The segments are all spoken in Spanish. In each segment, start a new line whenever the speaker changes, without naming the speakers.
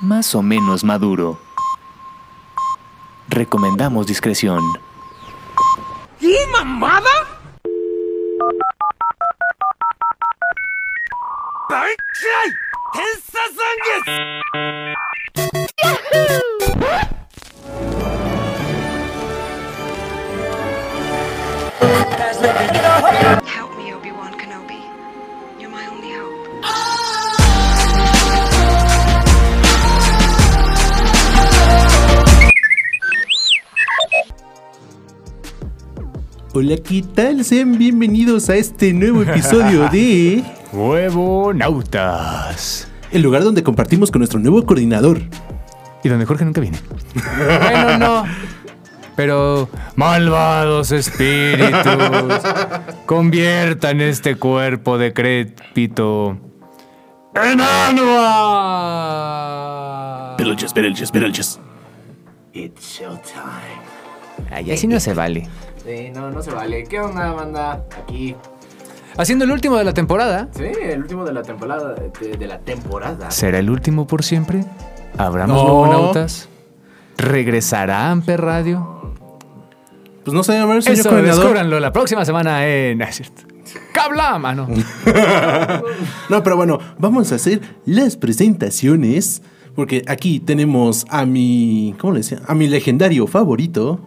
más o menos maduro. Recomendamos discreción.
¿Qué mamada?
Help me, Obi-Wan Kenobi. You're my only hope.
Hola, ¿qué tal? Sean bienvenidos a este nuevo episodio de
Huevo Nautas.
El lugar donde compartimos con nuestro nuevo coordinador.
Y donde Jorge nunca viene. bueno, no. Pero, malvados espíritus, conviertan este cuerpo decrépito en agua.
Peluches, peluches, peluches.
Y así no se vale.
Sí, no, no se vale. ¿Qué onda, banda? Aquí.
Haciendo el último de la temporada.
Sí, el último de la temporada. De, de la temporada.
¿Será el último por siempre? ¿Habrá más
No.
huevonautas? ¿Regresará Amper Radio?
Pues no sé, a ver, señor
Eso
coordinador.
descúbranlo la próxima semana en... No, es cierto. ah, ¡Cabla, mano!
No, pero bueno, vamos a hacer las presentaciones. Porque aquí tenemos a mi. ¿Cómo le decía? A mi legendario favorito.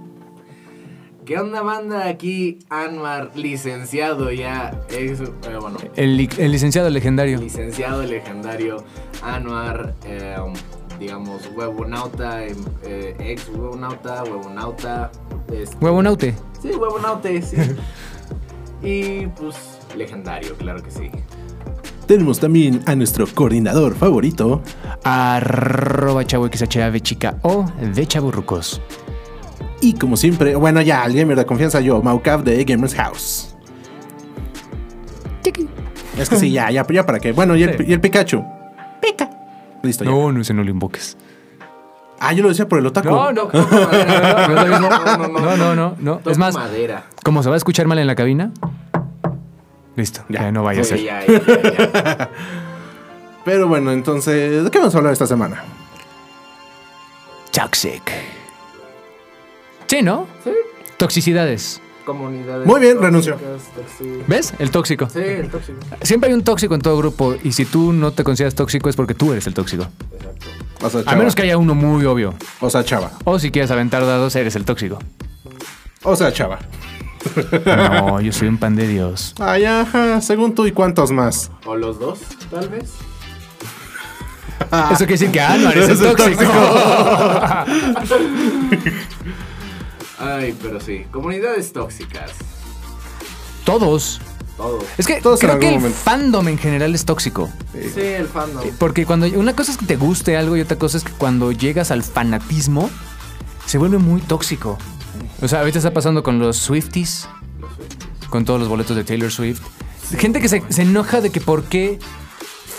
¿Qué onda, banda? Aquí Anmar, licenciado ya. ex- eh, bueno,
El, li- el licenciado legendario.
licenciado legendario. Anmar, eh, digamos, huevonauta, eh, eh, ex huevonauta, huevonauta. este-
Huevonaute.
Sí, huevonauta, sí. y pues, legendario, claro que sí.
Tenemos también a nuestro coordinador favorito.
Arroba chavo XHAV chica o
De chaburrucos.
Y como siempre, bueno, ya, el gamer de confianza, yo, Maucav de Gamers House. Es que sí, ya, ya, ya para qué. Bueno, y el,
Sí.
y el Pikachu. Pica. Listo, ya.
No, no, ese no lo invoques.
Ah, yo lo decía por el otaku.
No, no.
Toco madera,
No, no, no, no, no, no, no.
Toco
Es más,
madera.
como se va a escuchar mal en la cabina... Listo, ya, no vaya a
Sí,
ser.
ya, ya, ya, ya.
Pero bueno, entonces, ¿de qué vamos a hablar esta semana?
Toxic.
Sí, ¿no? Sí. Toxicidades.
Comunidades.
Muy bien,
tóxicas,
renuncio.
tóxicas.
¿Ves? El tóxico.
Sí, el tóxico.
Siempre hay un tóxico en todo grupo y si tú no te consideras tóxico es porque tú eres el tóxico.
O sea,
A
chava.
menos que haya uno muy obvio.
O sea, chava.
O si quieres aventar dados, eres el tóxico.
O sea, chava.
No, yo soy un pan de Dios.
Ay, ajá, según tú y cuántos más.
O los dos, tal vez.
Eso quiere decir que ah, no eres el
Eres el
tóxico.
Ay, pero sí. Comunidades tóxicas.
Todos.
Todo.
Es que
Todos en
creo
algún
que el
momento.
fandom en general es tóxico. Eh,
Sí, el fandom.
Porque cuando una cosa es que te guste algo y otra cosa es que cuando llegas al fanatismo se vuelve muy tóxico. O sea, ahorita está pasando con los Swifties, con todos los boletos de Taylor Swift. Gente que se, se enoja de que por qué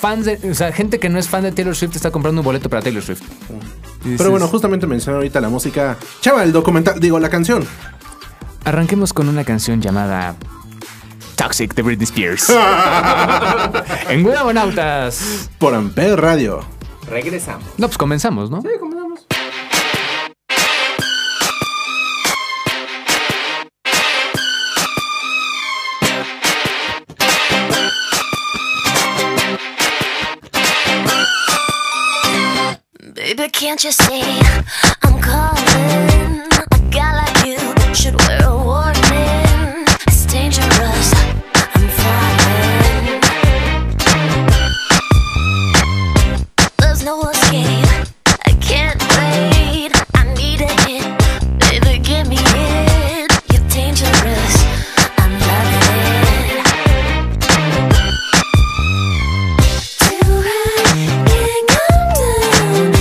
fans de, o sea, gente que no es fan de Taylor Swift está comprando un boleto para Taylor Swift. Y dices,
Pero bueno, justamente mencioné ahorita la música. Chava, el documental, digo, la canción.
arranquemos con una canción llamada Toxic de Britney Spears. en Huevonautas.
Por Amper Radio.
Regresamos.
No, pues comenzamos, ¿no?
Sí, comenzamos.
Baby, can't you see I'm calling? A guy like you should wear a warning. It's dangerous. I'm falling. There's no escape. I can't wait. I need a hit. Baby, give me it. You're dangerous. I'm loving it. Do I can't come down?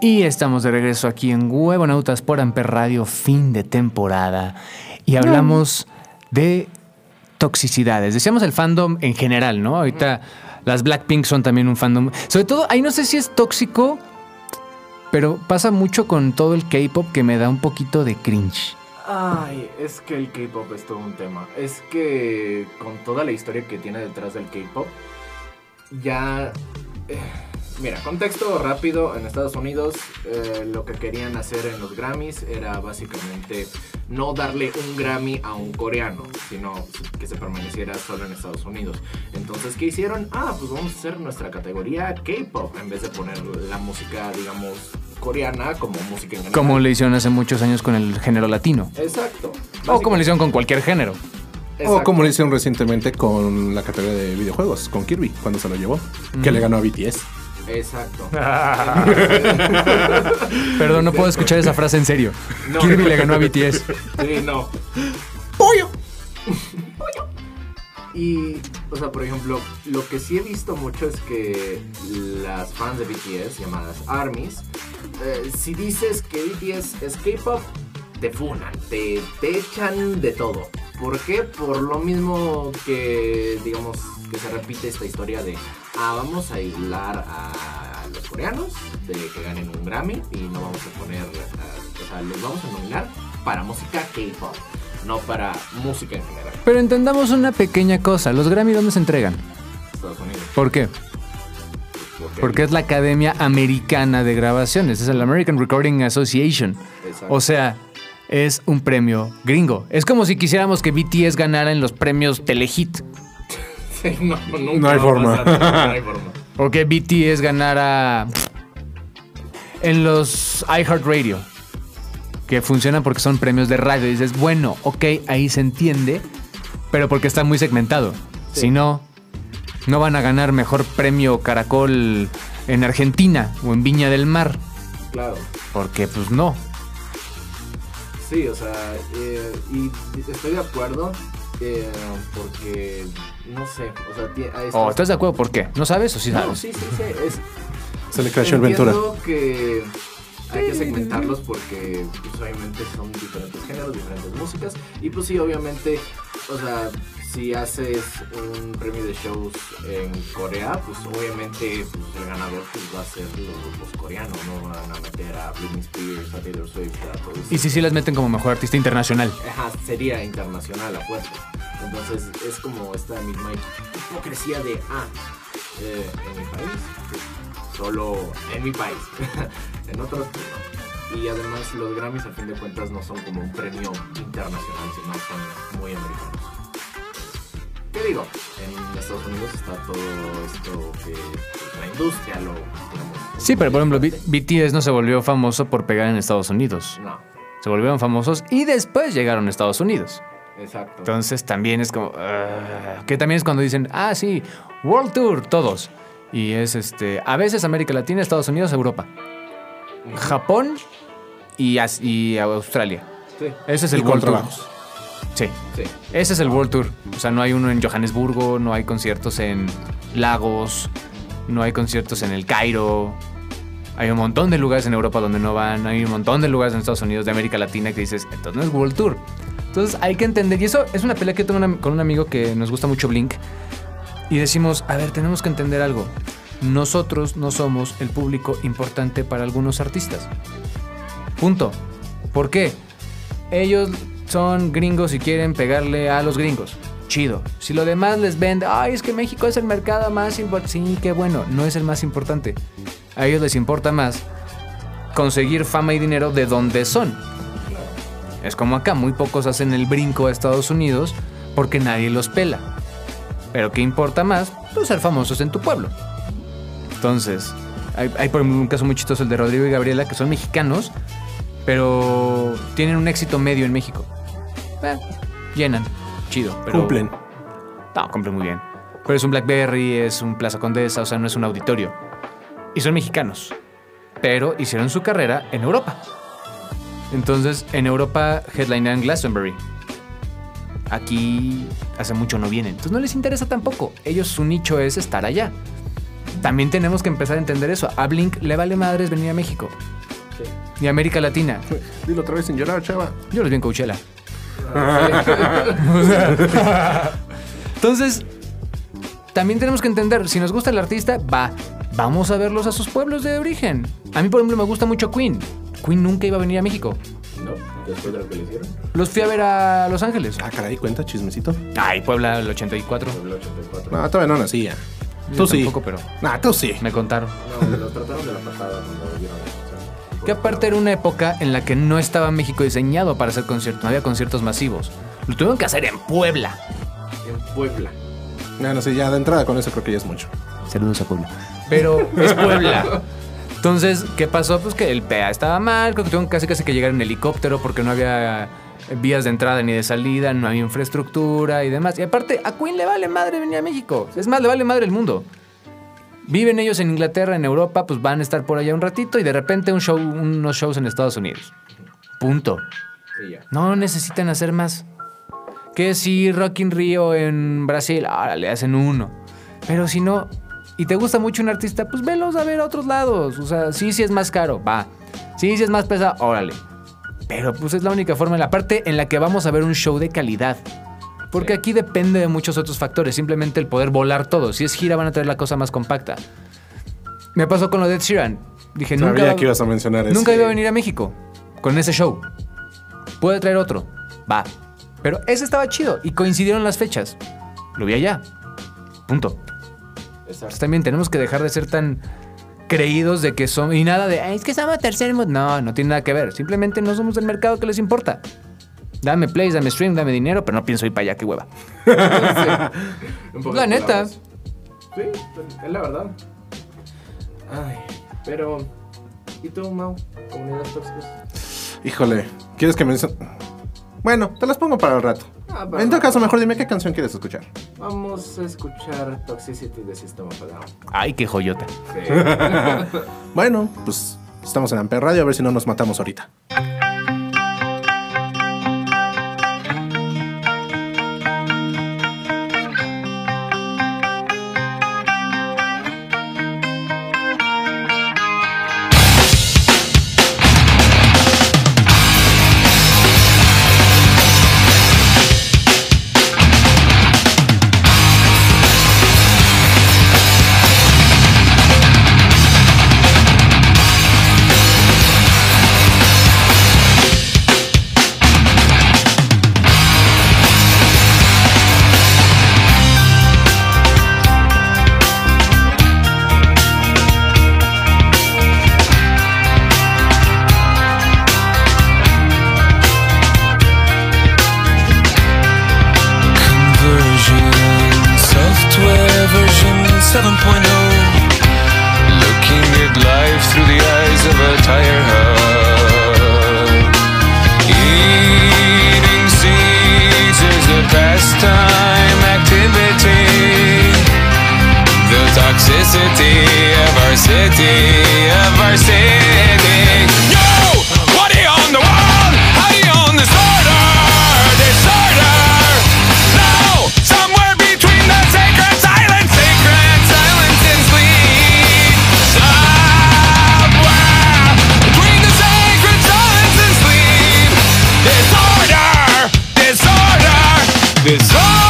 Y estamos de regreso aquí en Huevonautas por Amper Radio, fin de temporada. Y hablamos de toxicidades. Decíamos el fandom en general, ¿no? Ahorita las Blackpink son también un fandom. Sobre todo, ahí no sé si es tóxico, pero pasa mucho con todo el K-pop que me da un poquito de cringe.
Ay, es que el K-pop es todo un tema. Es que con toda la historia que tiene detrás del K-pop, ya. eh, mira, contexto rápido: en Estados Unidos, eh, lo que querían hacer en los Grammys era básicamente no darle un Grammy a un coreano, sino que se permaneciera solo en Estados Unidos. Entonces, ¿qué hicieron? Ah, pues vamos a hacer nuestra categoría K-pop en vez de poner la música, digamos, coreana como música en general.
Como le hicieron hace muchos años con el género latino.
Exacto.
O Oh, como le hicieron con cualquier género.
O
Exacto.
como le hicieron recientemente con la categoría de videojuegos, con Kirby, cuando se lo llevó, que
Mm.
le ganó a BTS.
Exacto.
Perdón, no puedo escuchar esa frase en serio.
No.
Kirby le ganó a BTS.
Sí, no. Y, o sea, por ejemplo, lo que sí he visto mucho es que las fans de BTS, llamadas ARMYs, eh, si dices que BTS es K-pop, te funan, te, te echan de todo. ¿Por qué? Por lo mismo que, digamos, que se repite esta historia de, ah, vamos a aislar a los coreanos de que ganen un Grammy y no vamos a poner, ah, o sea, los vamos a nominar para música K-pop, no para música en general.
Pero entendamos una pequeña cosa. ¿Los Grammy dónde se entregan?
Estados Unidos.
¿Por qué? Porque es la Academia Americana de Grabaciones. Es el American Recording Association.
Exacto.
O sea, es un premio gringo. Es como si quisiéramos que BTS ganara en los premios Telehit.
Sí, no, nunca
No hay
va a
forma.
pasar, no hay forma.
O que BTS ganara en los iHeartRadio. Que funcionan porque son premios de radio. Y dices, bueno, ok, ahí se entiende. Pero porque está muy segmentado. Si no, no van a ganar mejor premio Caracol en Argentina o en Viña del Mar.
Claro.
Porque pues no.
Sí, o sea, eh, y estoy de acuerdo eh, porque, no sé, o sea, ti- a
¿O
Oh,
estas-
estás de acuerdo por qué? ¿No sabes o sí
No,
sabes?
sí, sí, sí. Es,
Se le crashó el
entiendo
Ventura.
que hay que segmentarlos porque pues, obviamente son diferentes géneros, diferentes músicas. Y pues sí, obviamente, o sea, si haces un premio de shows en Corea, pues obviamente pues, el ganador pues, va a ser los grupos coreanos, no van a meter a Britney Spears, a Taylor Swift, a todos.
Y sí, sí las meten como mejor artista internacional.
Ajá, sería internacional a fuerza. Entonces es como esta misma hipocresía de, ah, eh, en mi país, pues, solo en mi país, en otros pues, no. Y además los Grammys al fin de cuentas no son como un premio internacional, sino son muy americanos. ¿Qué digo? En Estados Unidos está todo esto que pues, la industria lo... digamos,
Sí, pero por ejemplo, B- BTS no se volvió famoso por pegar en Estados Unidos.
No,
se volvieron famosos y después llegaron a Estados Unidos.
exacto.
Entonces también es como... ah, que también es cuando dicen, ah, sí, World Tour, todos. Y es este, a veces América Latina, Estados Unidos, Europa, Japón y, As- y Australia.
Sí,
Ese es
Y
el
con
World Tour.
trabajos.
Sí,
sí.
ese es el World Tour. O sea, no hay uno en Johannesburgo, no hay conciertos en Lagos, no hay conciertos en el Cairo. Hay un montón de lugares en Europa donde no van, hay un montón de lugares en Estados Unidos, de América Latina, que dices, entonces no es World Tour. Entonces hay que entender, y eso es una pelea que tuve una- con un amigo que nos gusta mucho Blink, y decimos, a ver, tenemos que entender algo. Nosotros no somos el público importante para algunos artistas. Punto. ¿Por qué? Ellos son gringos y quieren pegarle a los gringos. Chido. Si lo demás les vende, ay, es que México es el mercado más importante. Sí, qué bueno, no es el más importante. A ellos les importa más conseguir fama y dinero de donde son. Es como acá, muy pocos hacen el brinco a Estados Unidos porque nadie los pela. Pero ¿qué importa más? Tú ser famosos en tu pueblo. Entonces, hay, hay por ejemplo un caso muy chistoso, el de Rodrigo y Gabriela, que son mexicanos, pero tienen un éxito medio en México. Eh, llenan, chido. Pero,
Cumplen.
No, cumplen muy bien. Pero es un Blackberry, es un Plaza Condesa, o sea, no es un auditorio. Y son mexicanos. Pero hicieron su carrera en Europa. Entonces, en Europa headlinean Glastonbury. Aquí hace mucho no vienen. Entonces no les interesa tampoco. Ellos su nicho es estar allá. También tenemos que empezar a entender eso. A Blink le vale madres venir a México. Y a América Latina.
Dilo otra vez sin llorar, chava.
Yo los vi en Coachella. O sea, Entonces, también tenemos que entender, si nos gusta el artista, va, vamos a verlos a sus pueblos de origen. A mí, por ejemplo, me gusta mucho Queen. Queen nunca iba a venir a México.
¿No? Después de lo que le hicieron.
Los fui a ver a Los Ángeles.
Ah, caray, cuenta, chismecito.
Ay, Puebla, el 84.
El 84.
No, todavía no nacía. Tú
Yo
sí.
tampoco, pero-
Nah, tú sí.
Me contaron.
No, lo trataron de la patada cuando volvieron a escuchar.
Que aparte era una época en la que no estaba México diseñado para hacer conciertos, no había conciertos masivos. Lo tuvieron que hacer en Puebla.
En Puebla.
Ah, no sé, ya de entrada con eso creo que ya es mucho.
Saludos a Puebla.
pero es Puebla. Entonces, ¿qué pasó? Pues que el PA estaba mal, creo que tuvieron casi casi que llegar en helicóptero porque no había vías de entrada ni de salida, no había infraestructura y demás. Y aparte, a Queen le vale madre venir a México. Es más, le vale madre el mundo. Viven ellos en Inglaterra, en Europa, pues van a estar por allá un ratito y de repente un show, unos shows en Estados Unidos. Punto.
Y ya.
No necesitan hacer más. Que si Rock in Rio en Brasil, ahora le hacen uno. Pero si no, y te gusta mucho un artista, pues velos a ver a otros lados. O sea, sí, sí es más caro, va. Sí, sí es más pesado, órale. Pero pues es la única forma, en la parte en la que vamos a ver un show de calidad. Porque aquí depende de muchos otros factores, simplemente el poder volar todo. Si es gira, van a traer la cosa más compacta. Me pasó con lo de Ed Sheeran. Dije,
Sabía
nunca,
que ibas a mencionar eso.
Nunca iba a venir a México con ese show. Puede traer otro. Va. Pero ese estaba chido y coincidieron las fechas. Lo vi allá. Punto. Pues
Exacto.
también tenemos que dejar de ser tan creídos de que son. Y nada de. "Ay, Es que somos tercer mundo. No, no tiene nada que ver. Simplemente no somos del mercado que les importa. Dame plays, dame stream, dame dinero, pero no pienso ir para allá, qué hueva.
Un poco
La
de
neta.
palabras. Sí, es la verdad. Ay, pero. ¿Y tú, Mau? Comunidades tóxicas.
Híjole, ¿quieres que mencione? Bueno, te las pongo para el rato.
Ah, para
en
el
todo
rato.
caso, mejor dime qué canción quieres escuchar.
Vamos a escuchar Toxicity de Sistema of a Down.
Ay, qué joyota.
Sí.
Bueno, pues estamos en Amper Radio, a ver si no nos matamos ahorita.
version, software version 7.0. Looking at life through the eyes of a tire hub. Eating seeds is a pastime activity. The toxicity of our city, of our city. Yo! What do you own the world? How do you own disorder? Disorder! Now, somewhere between the sacred silence, sacred silence and sleep. Somewhere between the sacred silence and sleep. Disorder! Disorder! Disorder!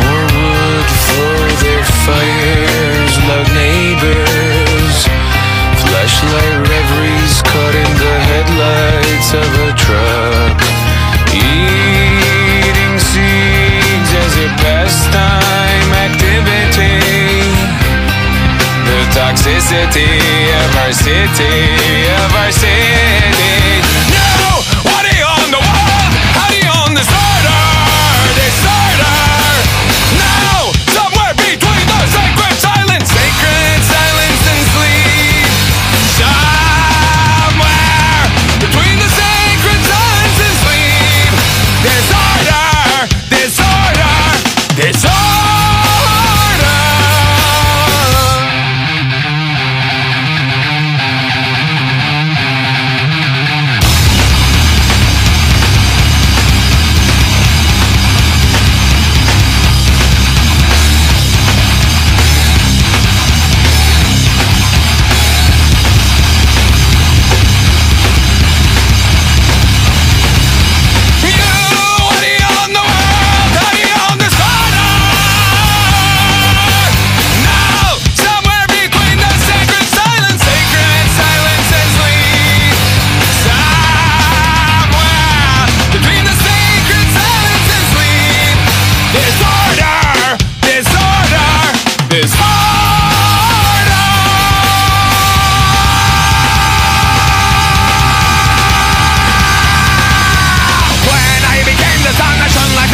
More wood for their fires, loud neighbors. Flashlight reveries caught in the headlights of a truck. Eating seeds as a pastime activity the toxicity of our city, of our city. No, what do you own the world? How do you own disorder? Disorder. Now, somewhere between the sacred silence, sacred silence and sleep. Somewhere between the sacred silence and sleep. Disorder, disorder, disorder.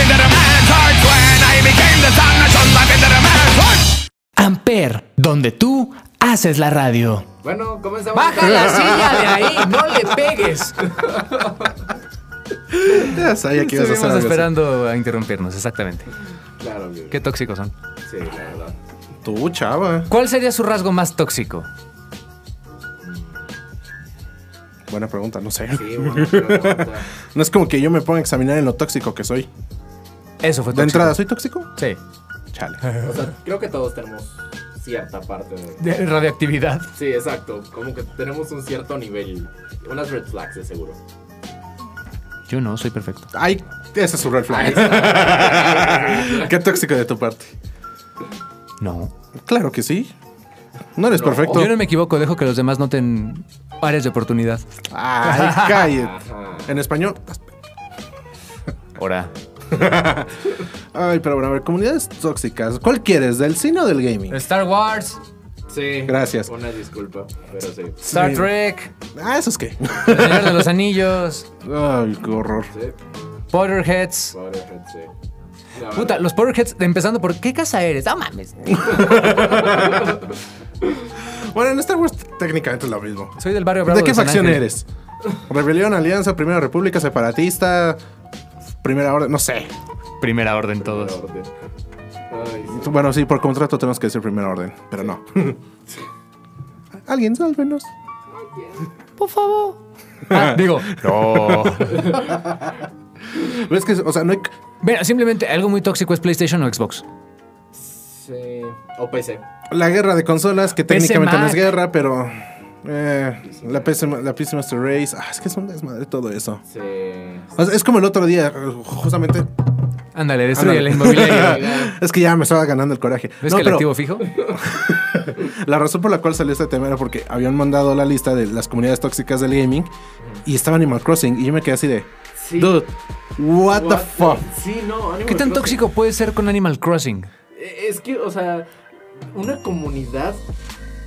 When I became the sun, I shone like a little man.
Amper, donde tú haces la radio.
Bueno, comenzamos.
¡Baja la silla de ahí! ¡No le pegues!
Ya sabía que ibas a hacer
Estuvimos
algo así.
esperando a interrumpirnos, exactamente.
Claro, amigo.
Qué tóxicos son.
Sí, la verdad.
Tú, chava.
¿Cuál sería su rasgo más tóxico?
Buena pregunta, no sé.
Sí, buena pregunta.
No es como que yo me ponga a examinar en lo tóxico que soy.
Eso fue tóxico.
De entrada, ¿soy tóxico?
Sí.
Chale.
O sea, creo que todos tenemos cierta parte de.
De radioactividad.
Sí, exacto. Como que tenemos un cierto nivel. Unas red flags, de seguro.
Yo no, soy perfecto.
Ay, ese es su red flag. Qué tóxico de tu parte.
No.
Claro que sí. No eres perfecto.
Yo no me equivoco, dejo que los demás noten áreas de oportunidad.
Ay, cállate.
Ajá.
En español.
Ahora.
Ay, pero bueno, a ver, comunidades tóxicas. ¿Cuál quieres? ¿Del cine o del gaming?
Star Wars,
Sí.
Gracias.
Una disculpa, pero sí.
Star
Sí.
Trek,
Ah, eso es qué.
El Señor de los Anillos,
Ay, qué horror.
Sí,
Potterheads.
pobre Fred, sí. La
Puta, los Potterheads, empezando por ¿qué casa eres? ¡Ah, mames!
Bueno, en Star Wars técnicamente es lo mismo.
Soy del barrio bravo.
¿De qué
San
facción
Ángel.
eres? ¿Rebelión, Alianza, Primera República, Separatista, Primera Orden? No sé.
Primera orden
verdad,
todos.
orden. Ay, sí.
Bueno, sí, por contrato tenemos que decir Primera Orden, pero no. Alguien, sálvenos.
Ah, digo, no.
Pero es que, o sea, no hay... c-
Mira, simplemente algo muy tóxico es PlayStation o Xbox.
Sí. O PC.
La guerra de consolas, que
PC
técnicamente no
Mac.
es guerra, pero... eh, la, PC, ma- la PC Master Race. Ah, es que es un desmadre todo eso.
Sí.
O sea, es como el otro día, eh, justamente...
Ándale, destruye
Ándale.
la inmobiliaria.
Ah.
es que ya me estaba ganando el coraje.
¿Ves
No,
que el
pero
activo fijo?
La razón por la cual salió este tema era porque habían mandado la lista de las comunidades tóxicas del gaming y estaba Animal Crossing y yo me quedé así de...
Sí.
Dude, what, the
What
fuck?
Sí, no. Animal
¿Qué tan
Crossing.
tóxico puede ser con Animal Crossing?
Eh, Es que, o sea, una comunidad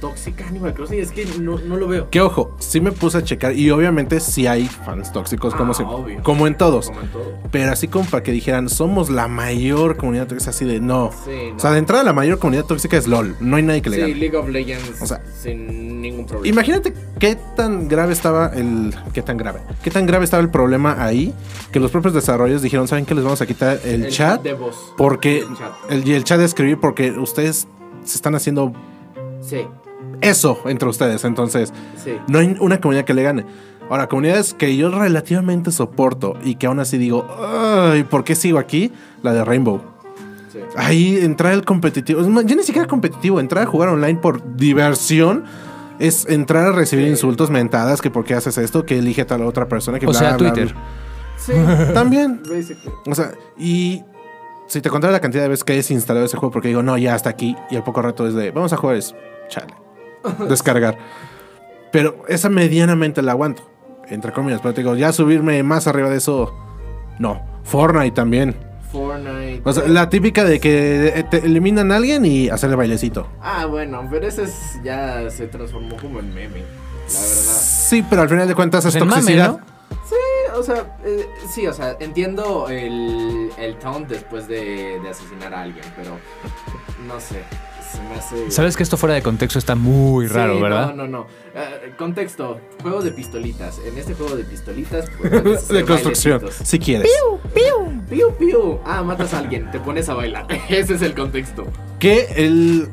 tóxica Animal Crossing, es que no, no lo veo.
Que ojo, sí me puse a checar y obviamente sí hay fans tóxicos como,
Ah,
se-
obvio.
como en todos.
Como en todo.
Pero así como para que dijeran, somos la mayor comunidad tóxica, es así de no.
Sí, no.
O sea, de entrada la mayor comunidad tóxica es LOL, no hay nadie que le
Sí,
gane.
League of Legends
O sea,
sin ningún problema.
Imagínate qué tan grave estaba el. ¿Qué tan grave? ¿Qué tan grave estaba el problema ahí? Que los propios desarrollos dijeron, ¿saben qué? Les vamos a quitar el,
El
chat.
de voz.
Porque.
El chat.
El, y el chat de escribir, porque ustedes se están haciendo
Sí,
eso entre ustedes. Entonces,
sí.
no hay una comunidad que le gane. Ahora, comunidades que yo relativamente soporto y que aún así digo, ay, ¿por qué sigo aquí? La de Rainbow.
sí.
Ahí entrar al competitivo, es más, ya ni siquiera competitivo, entrar a jugar online por diversión es entrar a recibir insultos mentadas, que por qué haces esto, que elige a tal otra persona, que
O
bla,
sea,
bla,
Twitter.
Sí,
bla. También.
basically.
O sea, y si te contara la cantidad de veces que he desinstalado ese juego porque digo, no, ya hasta aquí, y al poco rato es de, vamos a jugar, es chale, descargar. Pero esa medianamente la aguanto, entre comillas, pero te digo, ya subirme más arriba de eso, no. Fortnite también.
Fortnite.
O sea, la típica de que eh, te eliminan a alguien y hacerle bailecito.
Ah, bueno, pero ese es, ya se transformó como en meme, la verdad.
Sí, pero al final de cuentas es
Pues en mame,
toxicidad.
¿no?
Sí, o sea, eh, sí, o sea, entiendo el, el taunt después de, de asesinar a alguien, pero no sé, se me hace...
Sabes que esto fuera de contexto está muy
Sí,
raro, ¿verdad?
No, no, no. Eh, contexto, juego de pistolitas. En este juego de pistolitas... pues, puedes
De
hacer
construcción,
bailecitos.
si quieres.
Piu, piu. Ah, matas a alguien, te pones a bailar. Ese es el contexto.
Que el.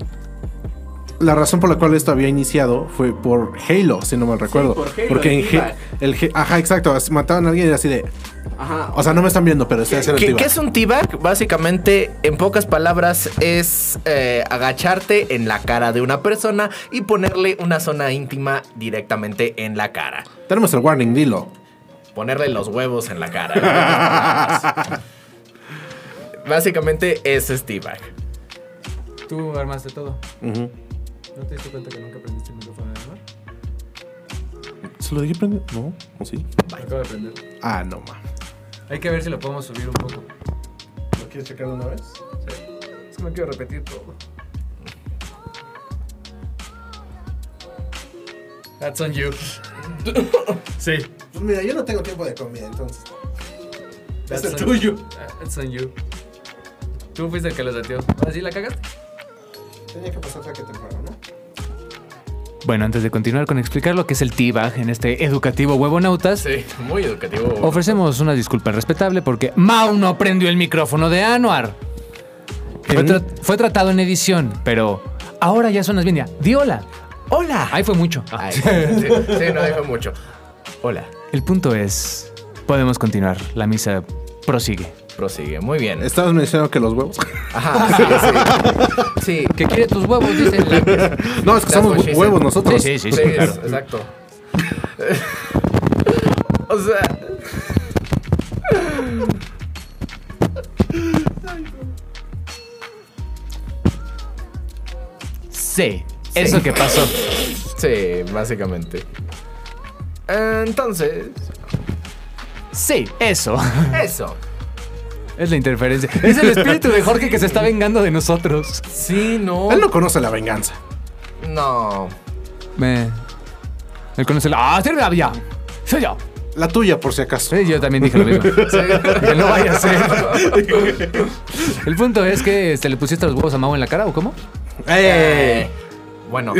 La razón por la cual esto había iniciado fue por Halo, si no mal recuerdo.
por Halo,
Porque en
el
Halo.
feedback.
El, He- ajá, exacto. as- Mataban a alguien y era así de.
Ajá.
O sea, no me están viendo, pero estoy haciendo el
¿Qué, qué
feedback.
es un teabag? Básicamente, en pocas palabras, es eh, agacharte en la cara de una persona y ponerle una zona íntima directamente en la cara.
Tenemos el warning, dilo.
Ponerle los huevos en la cara. Básicamente, ese es teabag.
Tú armaste todo.
Ujú.
¿No te diste cuenta que nunca prendiste el micrófono de amor?
¿Se lo dije prender? No, ¿o sí?
Acabo de prender.
Ah, no, ma.
Hay que ver si lo podemos subir un poco.
¿Lo quieres checar de una vez?
Es que no quiero repetir todo. That's on you. sí.
Pues mira, yo no tengo tiempo de comida, entonces.
That's
el
on-
tuyo.
That's on you. Tú fuiste el que los dateó. ¿Ahora sí la cagaste?
Tenía que pasar para que te fuera, ¿no?
Bueno, antes de continuar con explicar lo que es el T-Bag en este educativo huevonautas,
Sí, muy educativo. güey.
ofrecemos una disculpa respetable porque Mau no prendió el micrófono de Anuar. Fue, tra- fue tratado en edición, pero ahora ya suenas bien. Ya. Di hola. Hola. Ahí fue mucho.
Ay, sí, sí, no dijo mucho. Hola,
El punto es, podemos continuar. La misa prosigue.
prosigue. Muy bien.
Estabas mencionando que los huevos.
Ajá, sí, sí. Sí,
Que quiere tus huevos, dice la...
No, es
That's
que somos
what she said.
huevos nosotros.
Sí, sí, sí.
Sí, es- exacto. o sea.
Sí. Eso que pasó.
Sí, básicamente. Entonces,
Sí, eso.
eso.
Es la interferencia. Es el espíritu de Jorge que se está vengando de nosotros.
Sí, no.
Él no conoce la venganza.
No.
Me... Él conoce la... ¡Ah, sí, la vía! ¡Soy yo!
La tuya, por si acaso.
Sí, yo también dije lo mismo. Que no vaya a ser. El punto es que este, le pusiste los huevos a Mau en la cara, ¿o cómo?
Eh, bueno.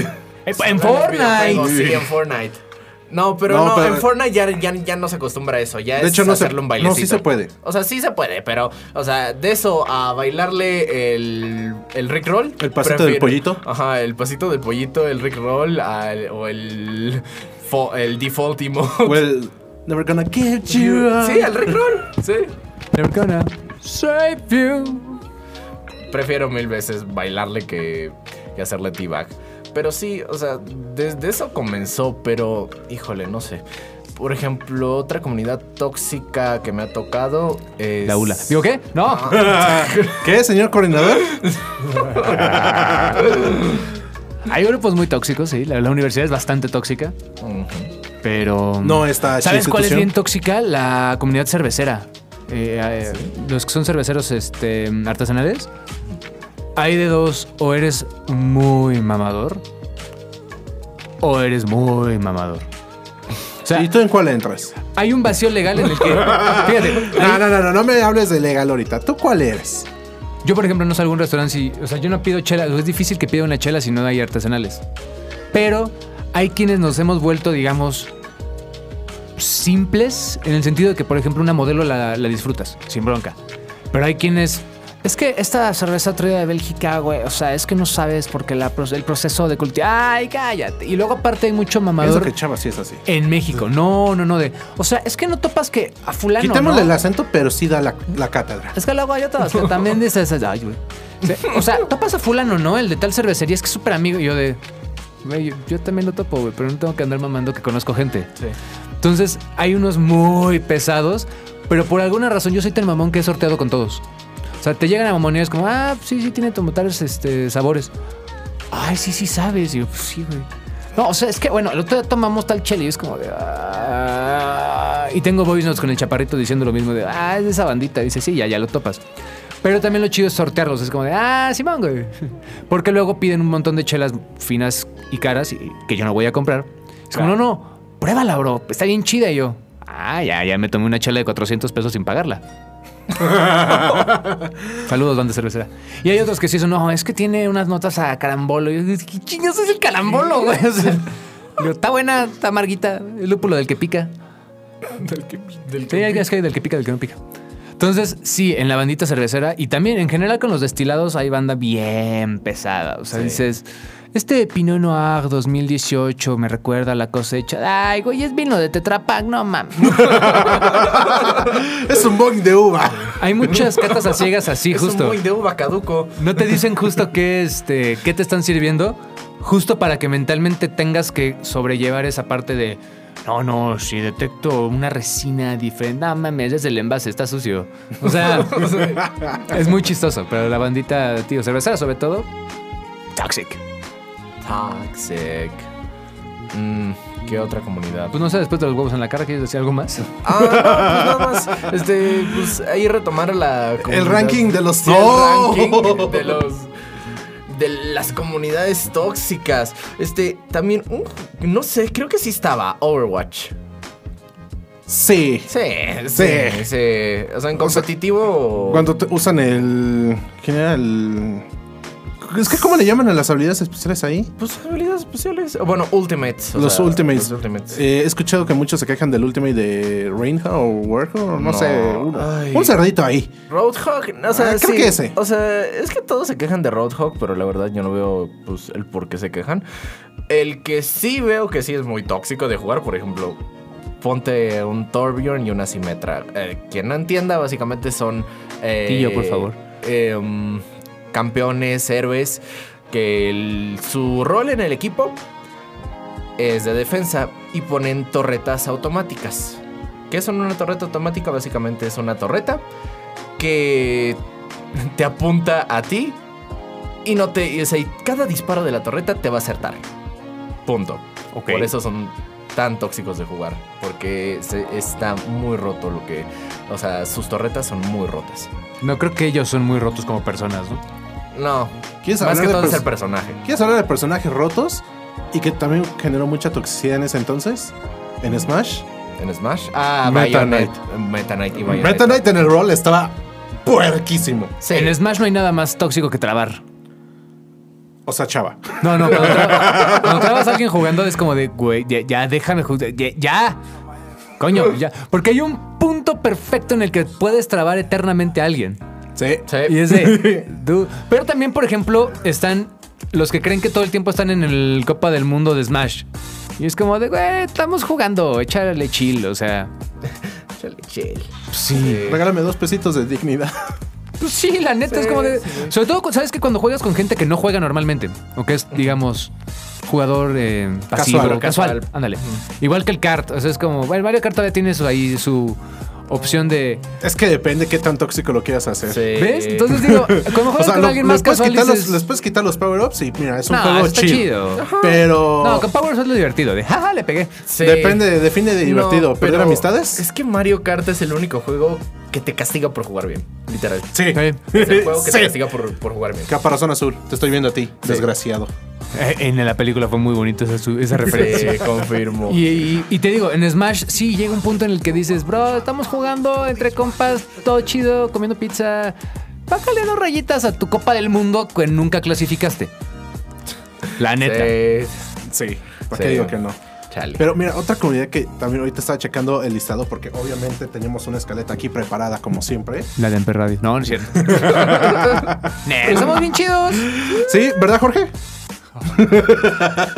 ¡En Fortnite!
Sí, en Fortnite. No, pero
No,
no,
pero-
en Fortnite ya, ya, ya no se acostumbra a eso. Ya
De
es
hecho, no se-
hacerle un
no,
bailecito.
sí se puede.
O sea, sí se puede, pero, o sea, de eso a bailarle el, el Rickroll.
El pasito del pollito.
Ajá, el pasito del pollito, el Rickroll al- o el, fo- el default emote.
Well, never gonna get you.
Sí, el Rickroll. Sí.
Never gonna save you.
prefiero mil veces bailarle que, que hacerle T-Bag. Pero sí, o sea, desde eso comenzó, pero híjole, no sé. Por ejemplo, otra comunidad tóxica que me ha tocado es.
La ula. ¿Digo qué? No.
¿Qué, señor coordinador?
Hay grupos muy tóxicos, sí. La, la universidad es bastante tóxica,
Ujú.
pero...
No está
¿Sabes cuál es bien
institución.
tóxica? La comunidad cervecera. Eh, eh, Los que son cerveceros este, artesanales. Hay de dos, o eres muy mamador, o eres muy mamador. O sea,
¿Y tú en cuál entras?
hay un vacío legal en el que... Fíjate,
No, no, no, no, no me hables de legal ahorita. ¿Tú cuál eres?
yo por ejemplo no salgo a un restaurante, si, o sea, yo no pido chela, es difícil que pida una chela si no hay artesanales. Pero hay quienes nos hemos vuelto, digamos, simples, en el sentido de que, por ejemplo, una modelo la, la disfrutas, sin bronca. Pero hay quienes... Es que esta cerveza traída de Bélgica, güey, o sea, es que no sabes porque la, pro- el proceso de cultivo... ¡Ay, cállate! Y luego aparte hay
Pienso
mucho mamador
que Chava sí es así.
en México. No, no, no, de... O sea, es que no topas que a fulano...
Quitémosle
¿no?
el acento, pero sí da la, la cátedra.
Es que luego hay otros que también dices, ay, güey. Sí, O sea, topas a fulano, ¿no? El de tal cervecería es que es súper amigo. Y yo de, güey, yo, yo también lo topo, güey, pero no tengo que andar mamando que conozco gente.
Sí.
Entonces, hay unos muy pesados, pero por alguna razón yo soy tan mamón que he sorteado con todos. O sea, te llegan a mamonear, es como, ah, sí, sí, tiene como tales este, sabores. Ay, sí, sí, sabes. Y yo, pues sí, güey. No, o sea, es que, bueno, el otro día tomamos tal chela y es como de... "Ah". Y tengo voice notes con el chaparrito diciendo lo mismo de... Ah, es de esa bandita. Dice, sí, ya, ya lo topas. Pero también lo chido es sortearlos. Es como de... Ah, Simón, güey. Porque luego piden un montón de chelas finas y caras y- que yo no voy a comprar. Es como, no, no, pruébala, bro. Está bien chida. Y yo... Ah, ya, ya me tomé una chela de 400 pesos sin pagarla. Saludos, banda cervecera. Y hay otros que sí son, no, es que tiene unas notas a carambolo. Y yo, ¿qué chingados es el carambolo, güey? O sea, digo, está buena, está amarguita. El lúpulo del que pica. Del que, del que, del que pica, del que no pica. Entonces, sí, en la bandita cervecera y también en general con los destilados hay banda bien pesada. O sea, dices, este Pinot Noir 2018 me recuerda a la cosecha. Ay, güey, es vino de Tetra Pak, no mames.
es un bong de uva.
hay muchas catas a ciegas así,
Es
justo.
un muy de uva caduco.
No te dicen justo qué, este, qué te están sirviendo, justo para que mentalmente tengas que sobrellevar esa parte de, no, no, si detecto una resina diferente, no mames, es el envase, está sucio. O sea, es muy chistoso, pero la bandita, tío, cervecera sobre todo, toxic.
Toxic. Mm, ¿Qué otra comunidad?
Pues no sé, después de los huevos en la cara, ¿quieres decir algo más?
Ah, no, pues nada más. Este, pues ahí retomar la.
El
comunidad.
ranking de los
Sí, el ranking de los de las comunidades tóxicas. Este, también, uh, no sé, creo que sí estaba Overwatch.
Sí.
Sí, sí,
Sí.
sí. O sea, en competitivo.
Cuando te- usan el. ¿Quién era el.? Es que, ¿cómo le llaman a las habilidades especiales ahí?
Pues habilidades especiales. O Bueno, ultimates. o
los
sea,
Ultimates.
Los ultimates.
Eh, he escuchado que muchos se quejan del Ultimate de Reinhardt o Warhol, no,
No,
sé. uno.
ay.
Un cerdito ahí.
Roadhog, o sea,
Ah, creo
sí,
que ese.
O sea, es que todos se quejan de Roadhog, pero la verdad yo no veo pues, el por qué se quejan. El que sí veo que sí es muy tóxico de jugar, por ejemplo, ponte un Torbjorn y una Symmetra. Eh, quien no entienda, básicamente son. eh,
Tío, por favor.
eh, mm, campeones, héroes, que el- su rol en el equipo es de defensa y ponen torretas automáticas. ¿Qué son una torreta automática? Básicamente es una torreta que te apunta a ti y no te. y, o sea, y cada disparo de la torreta te va a acertar. Punto. Por eso son tan tóxicos de jugar. Porque se- está muy roto lo que. O sea, sus torretas son muy rotas.
No creo que ellos son muy rotos como personas, ¿no?
No.
¿Quieres
Más que
hablar de
todo es
pers-
el personaje.
¿Quieres hablar de personajes rotos? Y que también generó mucha toxicidad en ese entonces. En Smash.
En Smash. Ah,
Meta
Bayonet. Meta Knight y Bayonet.
Meta Knight en el rol estaba puerquísimo.
Sí.
En Smash no hay nada más tóxico que trabar.
O sea, chava.
No, no, cuando, traba- cuando trabas a alguien jugando es como de, güey, ya, ya, déjame jugar, ya, ya. Coño, ya. Porque hay un punto perfecto en el que puedes trabar eternamente a alguien.
Sí.
Sí.
Y es de, du- Pero también, por ejemplo, están los que creen que todo el tiempo están en el Copa del Mundo de Smash. Y es como de, güey, estamos jugando, échale chill, o sea.
Chale, chale.
Sí.
Regálame dos pesitos de dignidad.
Pues sí, la neta es como de. Sobre todo, cu- sabes que cuando juegas con gente que no juega normalmente, o que es, digamos, jugador eh, pasivo,
Casual.
casual, ándale. Igual que el kart, o sea, es como, bueno, Mario Kart todavía tiene su, ahí su opción de.
Es que depende qué tan tóxico lo quieras hacer.
Sí.
¿Ves? Entonces digo, cuando
O
juegas
sea,
con
lo-
alguien
les,
más
puedes
casual,
quitar los,
dices,
les puedes quitar los power-ups y mira, es un
No,
juego
está
chill.
chido. Ajá.
Pero
no, con Power Shot lo divertido, de jaja, le pegué.
Sí.
depende, define de divertido.
No,
¿Perder
pero
amistades?
Es que Mario Kart es el único juego que te castiga por jugar bien. Literal.
Sí.
Es el juego que
Sí.
te castiga por, por jugar bien.
Caparazón azul, te estoy viendo a ti, desgraciado.
Eh, En la película fue muy bonita esa, su- esa referencia.
Sí, confirmo.
Y, y- y te digo, en Smash sí llega un punto en el que dices, bro, estamos jugando entre compas, todo chido, comiendo pizza. Bájale dos rayitas a tu Copa del Mundo que nunca clasificaste. La neta.
Sí.
Sí. ¿Para
Sí.
qué digo que no?
Chale.
Pero mira, otra comunidad que también ahorita estaba checando el listado, porque obviamente tenemos una escaleta aquí preparada, como siempre.
La de Emper Radio. No, no es cierto. Nel, Pues somos bien chidos.
Sí, ¿verdad, Jorge?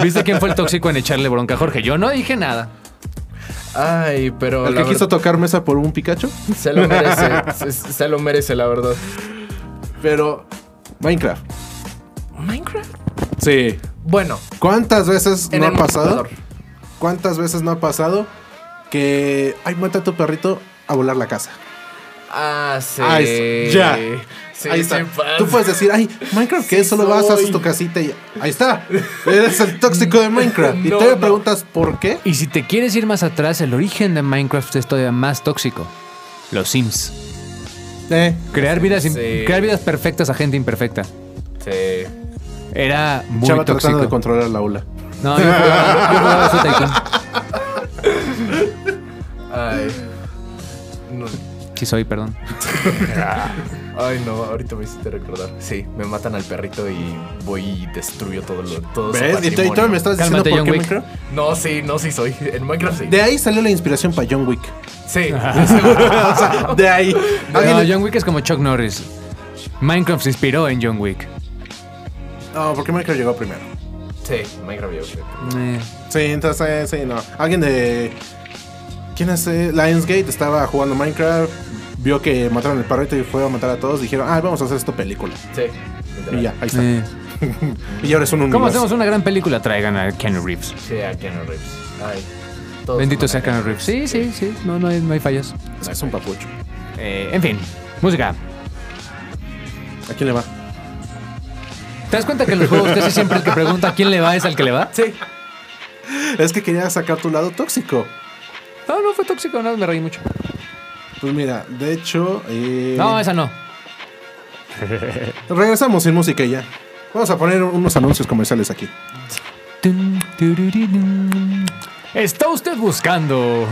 ¿Viste quién fue el tóxico en echarle bronca a Jorge? Yo no dije nada.
Ay, pero.
El
la
que quiso
verdad-
tocar mesa por un Pikachu.
Se lo merece. se, se lo merece, la verdad.
Pero. Minecraft.
Minecraft.
Sí.
Bueno,
¿Cuántas veces
en
no ha
el
pasado?
multijugador.
¿Cuántas veces no ha pasado que. Ay, mata a tu perrito a volar la casa?
Ah, sí.
Ahí está. Ya.
Sí,
ahí está.
sí pasa.
Tú puedes decir, ay, Minecraft, ¿qué?
Sí
Solo vas,
soy.
haces tu casita y ahí está. Eres el tóxico de Minecraft. y
No,
te
no.
preguntas por qué.
Y si te quieres ir más atrás, el origen de Minecraft es todavía más tóxico. Los Sims.
Eh,
Crear vidas, im-
Sí.
crear vidas perfectas a gente imperfecta.
Sí.
Era muy
Chava tratando de
tóxico.
controlar la aula.
No, yo jugaba, yo jugaba ese Tycoon.
Ay. No.
Sí soy, perdón.
Ay, no, ahorita me hiciste recordar. Sí, me matan al perrito y voy y destruyo todo lo. Todo su
¿Ves? Y tú- y tú
patrimonio.
me estás
Cálmate,
diciendo por
John
qué
Wick.
Minecraft.
No, sí, no, sí soy. En Minecraft sí.
De ahí salió la inspiración para John Wick.
Sí, de seguro.
o sea, de ahí.
No,
Alguien-
John Wick es como Chuck Norris. Minecraft se inspiró en John Wick.
No, porque Minecraft llegó primero.
Sí, Minecraft yo creo.
Eh,
Sí, entonces, eh, sí, no. Alguien de. ¿Quién es? eh? Lionsgate estaba jugando Minecraft. Vio que mataron al perrito y fue a matar a todos. Dijeron, ah, vamos a hacer esto película.
Sí.
Y ya, ahí está.
eh.
Y ahora es un universo.
¿Cómo hacemos una gran película? Traigan a Keanu Reeves.
Sí, a Keanu Reeves. Ay. todos
Bendito
aman
sea
a
Keanu Reeves. Sí, sí, sí. No, no hay, no hay fallas.
Es que es un papucho.
Eh, en fin, música.
¿A quién le va?
¿Te das cuenta que en los juegos casi siempre el que pregunta a quién le va es al que le va?
Sí.
Es que quería sacar tu lado tóxico.
Ah, No, no fue tóxico, no, me reí mucho.
Pues mira, de hecho. eh,
No, esa no.
Regresamos sin música y ya. Vamos a poner unos anuncios comerciales aquí.
Dun, durururun. Está usted buscando.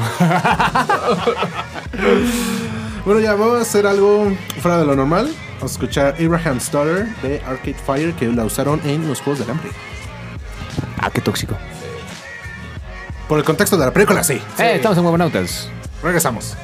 Bueno, ya vamos a hacer algo fuera de lo normal. Vamos a escuchar Abraham's Daughter de Arcade Fire que la usaron en los Juegos del Hambre.
Ah, qué tóxico.
Por el contexto de la película, sí.
Eh, estamos en Huevonautas.
Regresamos.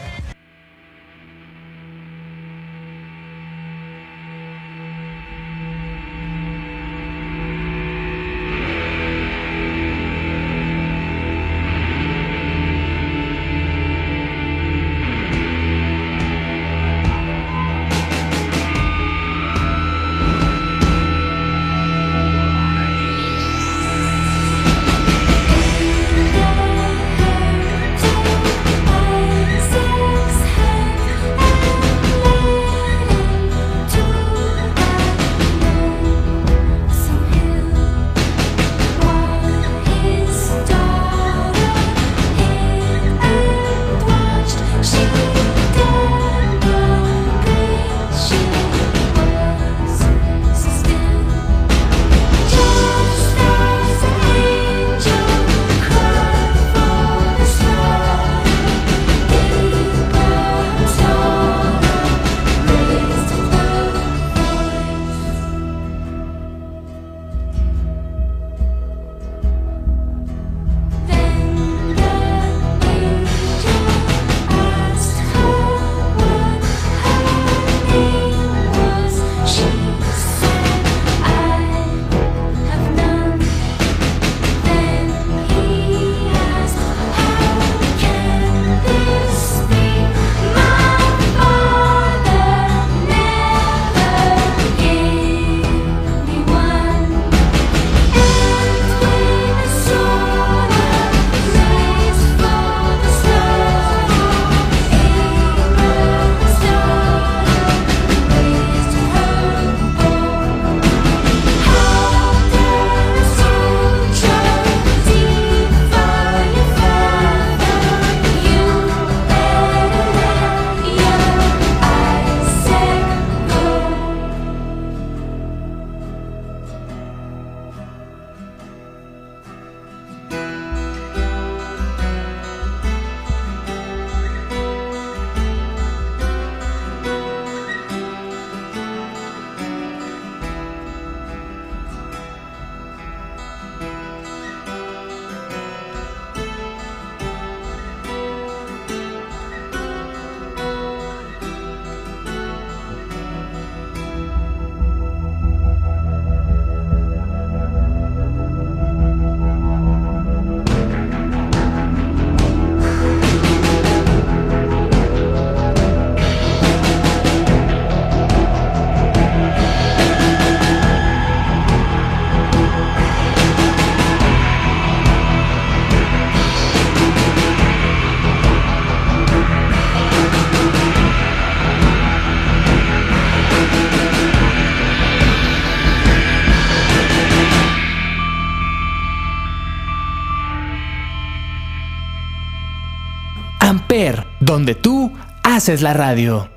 Amper, donde tú haces la radio.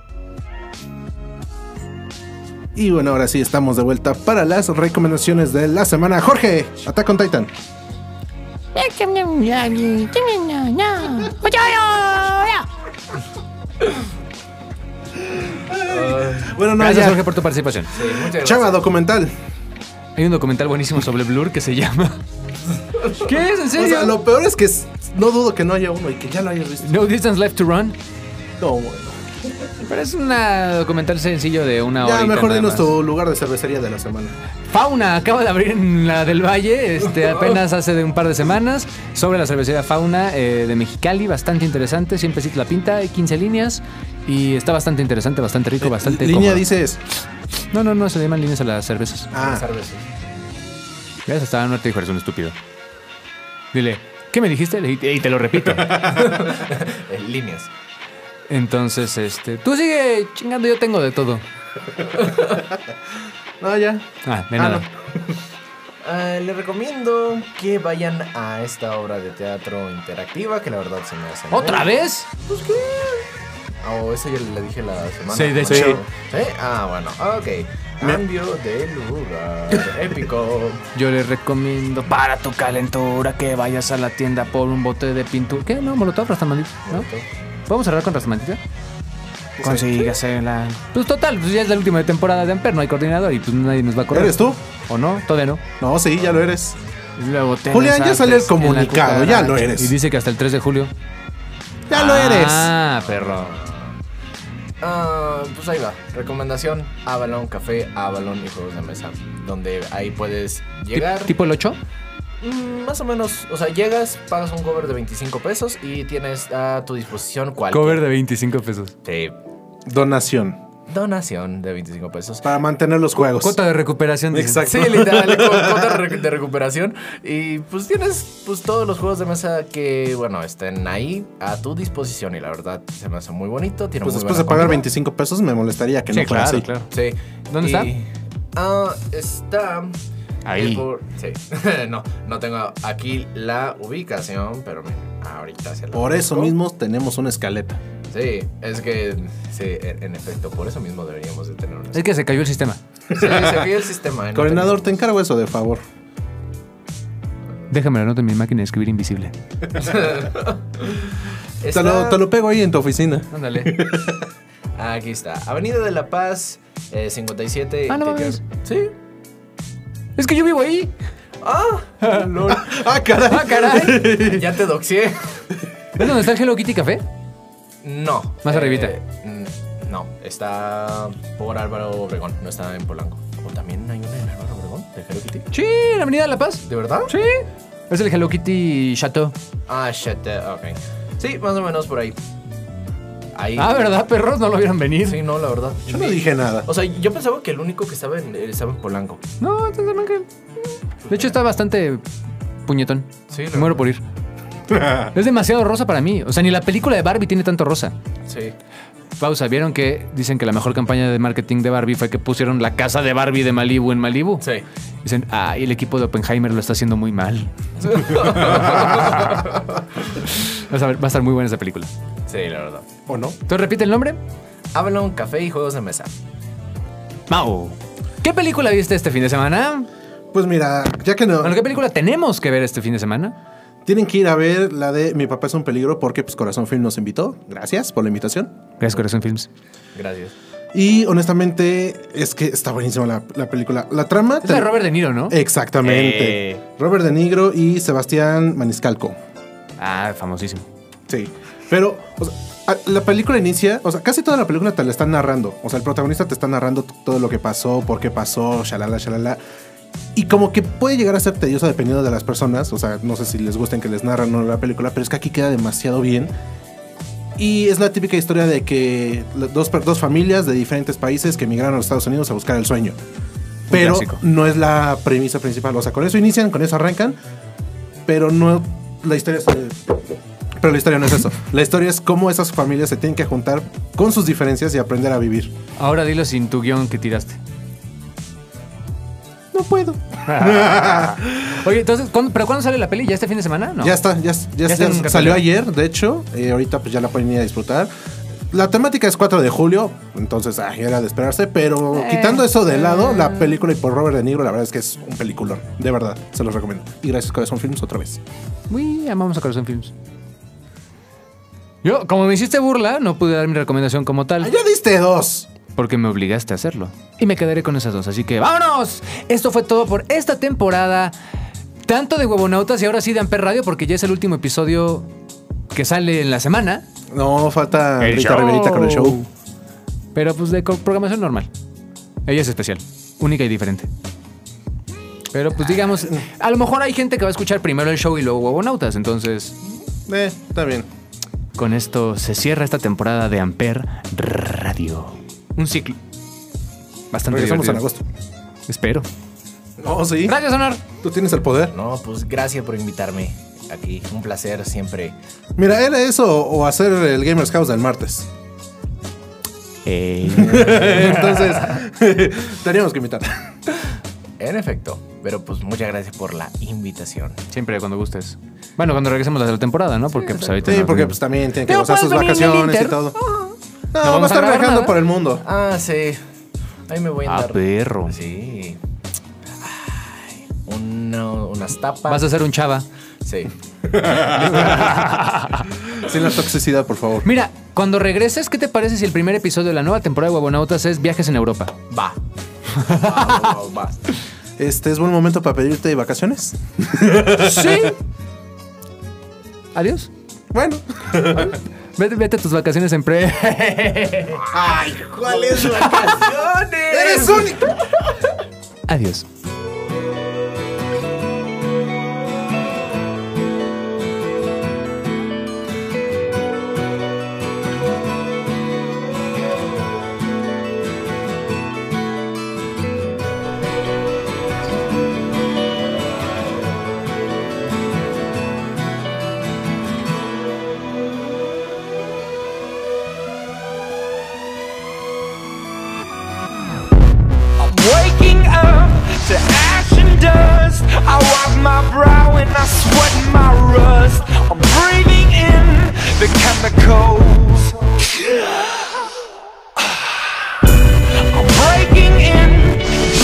Y bueno, ahora sí estamos de vuelta para las recomendaciones de la semana. Jorge, Attack on Titan. Bueno, no,
Gracias,
ya.
Jorge, por tu participación.
Chava documental.
Hay un documental buenísimo sobre Blur que se llama. ¿Qué es? ¿En
O
serio?
sea, lo peor es que s- no dudo que no haya uno y que ya lo hayas visto.
No Distance Left to Run.
No, bueno.
Pero es un documental sencillo de una hora.
Ya, mejor dinos tu lugar de cervecería de la semana.
Fauna acaba de abrir en la del Valle, este, apenas hace de un par de semanas, sobre la cervecería Fauna eh, de Mexicali, bastante interesante, siempre sí la pinta, hay 15 líneas y está bastante interesante, bastante rico, bastante...
Eh, Línea
cómodo.
dices.
No, no, no, se llaman líneas a las cervezas.
Ah,
¿Ves? Hasta no te dijo, eres un estúpido. Dile, ¿qué me dijiste? Le- Y te lo repito.
En Eh, líneas.
Entonces, este, tú sigue chingando, yo tengo de todo.
no, ya.
Ah, de
Ah,
nada.
Ah, le recomiendo que vayan a
Eh.
esta obra de teatro interactiva que la verdad se me hace.
¿Otra
muy-
vez?
Pues, ¿qué? Oh, esa ya le dije la semana.
Sí, de
¿no?
hecho.
¿Sí? Ah, bueno, ok. Cambio de lugar. Épico.
Yo les recomiendo para tu calentura que vayas a la tienda por un bote de pintura. ¿Qué? No, Molotov, Rastamandita. ¿no? ¿Podemos cerrar con Rastamandita? Consígase la. Pues total, pues ya es la última temporada de Amper, no hay coordinador y pues nadie nos va a correr.
¿Eres tú?
¿O no? Todavía no.
No, sí, ya lo eres.
Y Luego tenés
Julián, ya
artes
salió el
en la
comunicado,
cucaracha.
ya lo eres.
Y dice que hasta el 3 de julio.
Ya lo eres.
Ah, perro.
Ah, pues ahí va. Recomendación: Avalon Café, Avalon y Juegos de Mesa. Donde ahí puedes llegar.
¿Tipo el 8?
Mm, Más o menos, o sea, llegas, pagas un cover de 25 pesos y tienes a tu disposición cualquier
de 25 pesos.
Sí,
Donación.
donación de 25 pesos.
Para mantener los juegos.
Cuota de recuperación. dice.
Exacto.
Sí, literal, con cuota de recu- de recuperación. Y pues tienes pues todos los juegos de mesa que, bueno, estén ahí a tu disposición. Y la verdad, se me hace muy bonito. Tiene
Pues
muy
después de
buena
pagar
comida.
25 pesos me molestaría que
Sí,
no fuera
claro,
así.
claro.
Sí.
¿Dónde
Y- Ah, está.
Ahí.
eh, por- Sí. no, no tengo aquí la ubicación, pero me- ahorita se la
Por eso
busco.
mismo tenemos una escaleta.
Sí, es que, sí, en, en efecto, por eso mismo deberíamos de tener una.
Es que se cayó el sistema.
Sí, se cayó el sistema. ¿eh? No
Coordinador, te
tenemos-
encargo eso de favor.
Déjame la nota en mi máquina de escribir invisible.
Te
Está-
lo, te lo pego ahí en tu oficina.
Ándale.
Aquí está. Avenida de la Paz, eh, 57.
Ah, no
interior.
mames.
Sí.
es que yo vivo ahí.
Ah, lol.
¡Ah, caray!
Ah, caray.
ya te doxié.
¿Ves dónde está el Hello Kitty Café?
No. Eh,
Más arribita.
mm, No, está por Álvaro Obregón, no está en Polanco. O también hay una en Álvaro Obregón, de Hello Kitty.
Sí, en la Avenida de La Paz.
¿De verdad?
Sí. Es el Hello Kitty Chateau.
Ah, shit, eh, ok. Sí, más o menos por ahí. Ahí.
Ah, ¿verdad, perros? No lo vieron venir.
Sí, no, la verdad.
Yo no dije nada.
O sea, yo pensaba que el único que estaba en, eh, estaba en Polanco.
No, entonces man, que- De hecho, está bastante puñetón.
Sí,
Me Muero por ir. es demasiado rosa para mí. O sea, ni la película de Barbie tiene tanto rosa.
Sí.
Pausa, ¿vieron que dicen que la mejor campaña de marketing de Barbie fue que pusieron la casa de Barbie de Malibu en Malibu?
Sí.
Dicen, ah, y el equipo de Oppenheimer lo está haciendo muy mal. Vas a ver, va a estar muy buena esa película.
Sí, la verdad.
¿O no?
Entonces repite el nombre.
Avalon, café y juegos de mesa.
Mau. ¿Qué película viste este fin de semana?
Pues mira, ya que no.
Bueno, ¿qué película tenemos que ver este fin de semana?
Tienen que ir a ver la de Mi papá es un peligro porque pues Corazón Film nos invitó. Gracias por la invitación.
Gracias, Corazón Films.
Gracias.
Y honestamente es que está buenísima la, la película. La trama...
Es
te-
la de Robert De Niro, ¿no?
Exactamente.
Eh.
Robert De Niro y Sebastián Maniscalco.
Ah, famosísimo.
Sí. Pero, o sea, a- la película inicia, o sea, casi toda la película te la están narrando. O sea, el protagonista te está narrando t- todo lo que pasó, por qué pasó, shalala, shalala. Y como que puede llegar a ser tedioso dependiendo de las personas. O sea, no sé si les gusten que les narran o no la película, pero es que aquí queda demasiado bien. Y es la típica historia de que la- dos, per- dos familias de diferentes países que emigraron a los Estados Unidos a buscar el sueño. Pero
clásico.
no es la premisa principal. O sea, con eso inician, con eso arrancan. Pero no. La historia se pero la historia no es eso. La historia es cómo esas familias se tienen que juntar con sus diferencias y aprender a vivir.
Ahora dilo sin tu guión que tiraste.
No puedo.
Oye, entonces, ¿cuándo- ¿pero cuándo sale la peli? ¿Ya este fin de semana? No.
Ya está, ya, ya- ya
está en cartelera.
salió ayer, de hecho. eh, ahorita pues ya la pueden ir a disfrutar. La temática es 4 de julio, entonces ah, era de esperarse, pero quitando eso de lado, la película y por Robert De Niro, la verdad es que es un peliculón, de verdad, se los recomiendo. Y gracias Corazón Films otra vez.
Uy, amamos a Corazón Films. Yo, como me hiciste burla, no pude dar mi recomendación como
Ah,
tal,
Ya diste dos.
porque me obligaste a hacerlo. Y me quedaré con esas dos, así que ¡vámonos! Esto fue todo por esta temporada, tanto de Huevonautas y ahora sí de Amper Radio, porque ya es el último episodio que sale en la semana,
No, falta
El
Rita
show.
Riverita con el show.
pero pues de co- programación normal. Ella es especial, única y diferente. Pero pues digamos, a lo mejor hay gente que va a escuchar primero el show y luego Huevonautas, entonces...
Eh, está bien.
Con esto se cierra esta temporada de Amper Radio. Un ciclo. Bastante
Regresamos en
divertido.
agosto.
Espero.
No, sí.
Gracias, Honor.
Tú tienes el poder.
No, pues gracias por invitarme aquí. Un placer siempre.
Mira, era eso o hacer el Gamers House del martes. Entonces, teníamos que invitar.
En efecto. Pero pues muchas gracias por la invitación.
Siempre cuando gustes. Bueno, cuando regresemos a la temporada, ¿no? Porque pues ahorita.
Sí,
no
porque pues
tenemos-
también tienen que
Pero
gozar sus
puedes venir en el
vacaciones y
Inter.
todo. No, va a
vamos a
estar
grabar
viajando
nada.
por el mundo.
Ah, sí. Ahí me voy a
Ah,
andar.
perro.
Sí. Ay, una- unas tapas.
Vas a ser un chava.
Sí.
Sin la toxicidad, por favor.
Mira, cuando regreses, ¿qué te parece si el primer episodio de la nueva temporada de Guabonautas es viajes en Europa?
Va. Va, va, va.
Este es buen momento para pedirte vacaciones.
Sí. Adiós.
Bueno.
Vete, vete a tus vacaciones en pre.
¿Cuáles vacaciones?
¡Eres un
Adiós.
I'm waking up to ash and dust. I wipe my brow and I sweat my rust. I'm breathing in the chemicals. I'm breaking in,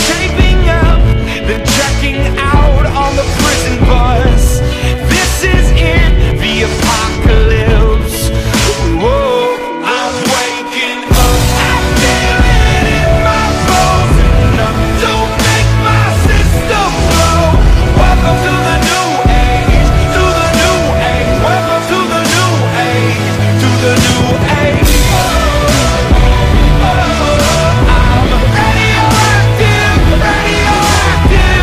shaping up, then checking out on the prison bus. This is in the apocalypse. Whoa, I'm waking up. I feel it in my bones. Enough to make my system blow. Welcome to the new age, to the new age. Welcome to the new age, to the new age. Radioactive, radioactive.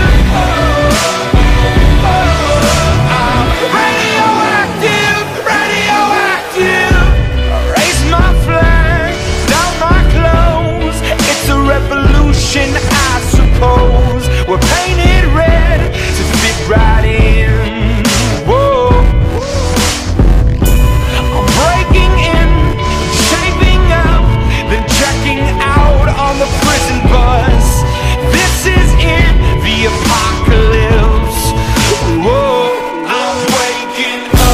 radioactive, radioactive. Raise my flag, down my clothes. It's a revolution, I suppose. We're painted red to fit right in. Whoa. I'm breaking in, shaping up, then checking out on the prison bus. This is in the apocalypse. Whoa, I'm waking up. I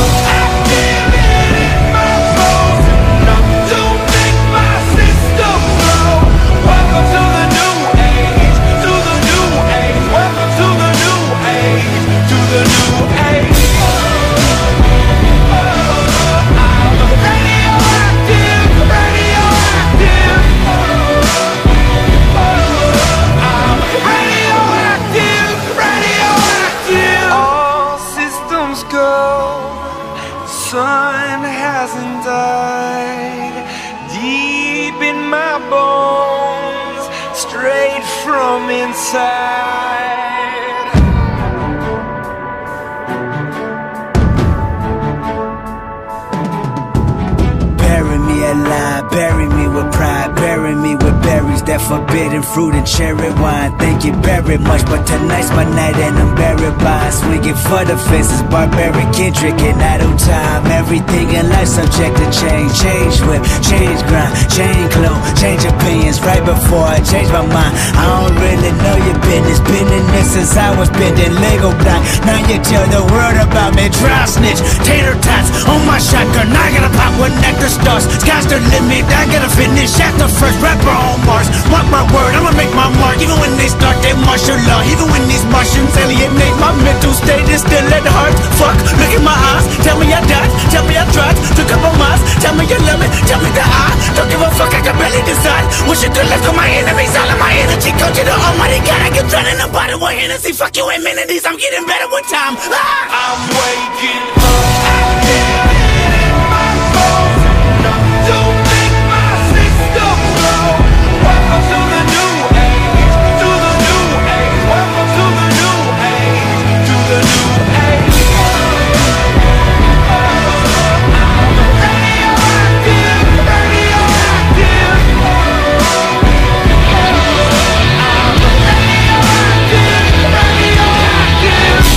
feel it in my bones, enough to make my system blow. Welcome to the new age, to the new age. Welcome to the new age, to the new age. Radioactive, radioactive. radioactive, radioactive. All systems go. Sun hasn't died. Deep in my bones, straight from inside.
Bury me alive, bury me with pride, bury me with berries, that forbidden fruit and cherry wine. Thank you very much, but tonight's my night and I'm buried by swinging for the fences, barbaric Kendrick and idle time. Everything in life subject to change, change whip, change grind, change clothes, change opinions. Right before I change my mind, I don't really know your business. Been in this since I was bending Lego blind. Now you tell the world about me, dry snitch, tater tots on my shotgun. I gotta pop when nectar starts. Sky's the limit, I gotta finish at the first rapper on Mars. Mark my word, I'ma make my mark. Even when they start their martial law, even when these Martians alienate my mental state, is still at heart. Fuck, look in my eyes, tell me I died, tell me I tried, took up on mine, tell me you love me, tell me that I don't give a fuck, I can barely decide. Wish you could luck on my enemies, all of my energy, go to the almighty God. I get drowning in a bottle of Hennessy, fuck you amenities, I'm getting better with time. Ah!
I'm waking up. I feel it in my bones. Enough to make my system blow. Welcome to the new age. To the new age. Welcome to the new age. To the new age. Radioactive, radioactive. I'm radioactive, radioactive.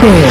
Super,